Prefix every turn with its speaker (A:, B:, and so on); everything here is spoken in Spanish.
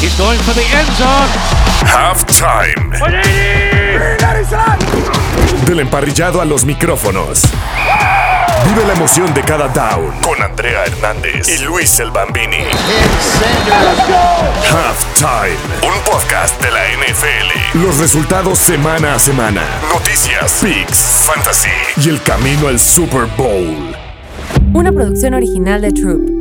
A: He's going for the end zone.
B: Half Time. Del emparrillado a los micrófonos. Vive la emoción de cada down con Andrea Hernández y Luis el Bambini. Half Time, un podcast de la NFL. Los resultados semana a semana, noticias, picks, fantasy y el camino al Super Bowl.
C: Una producción original de Troop.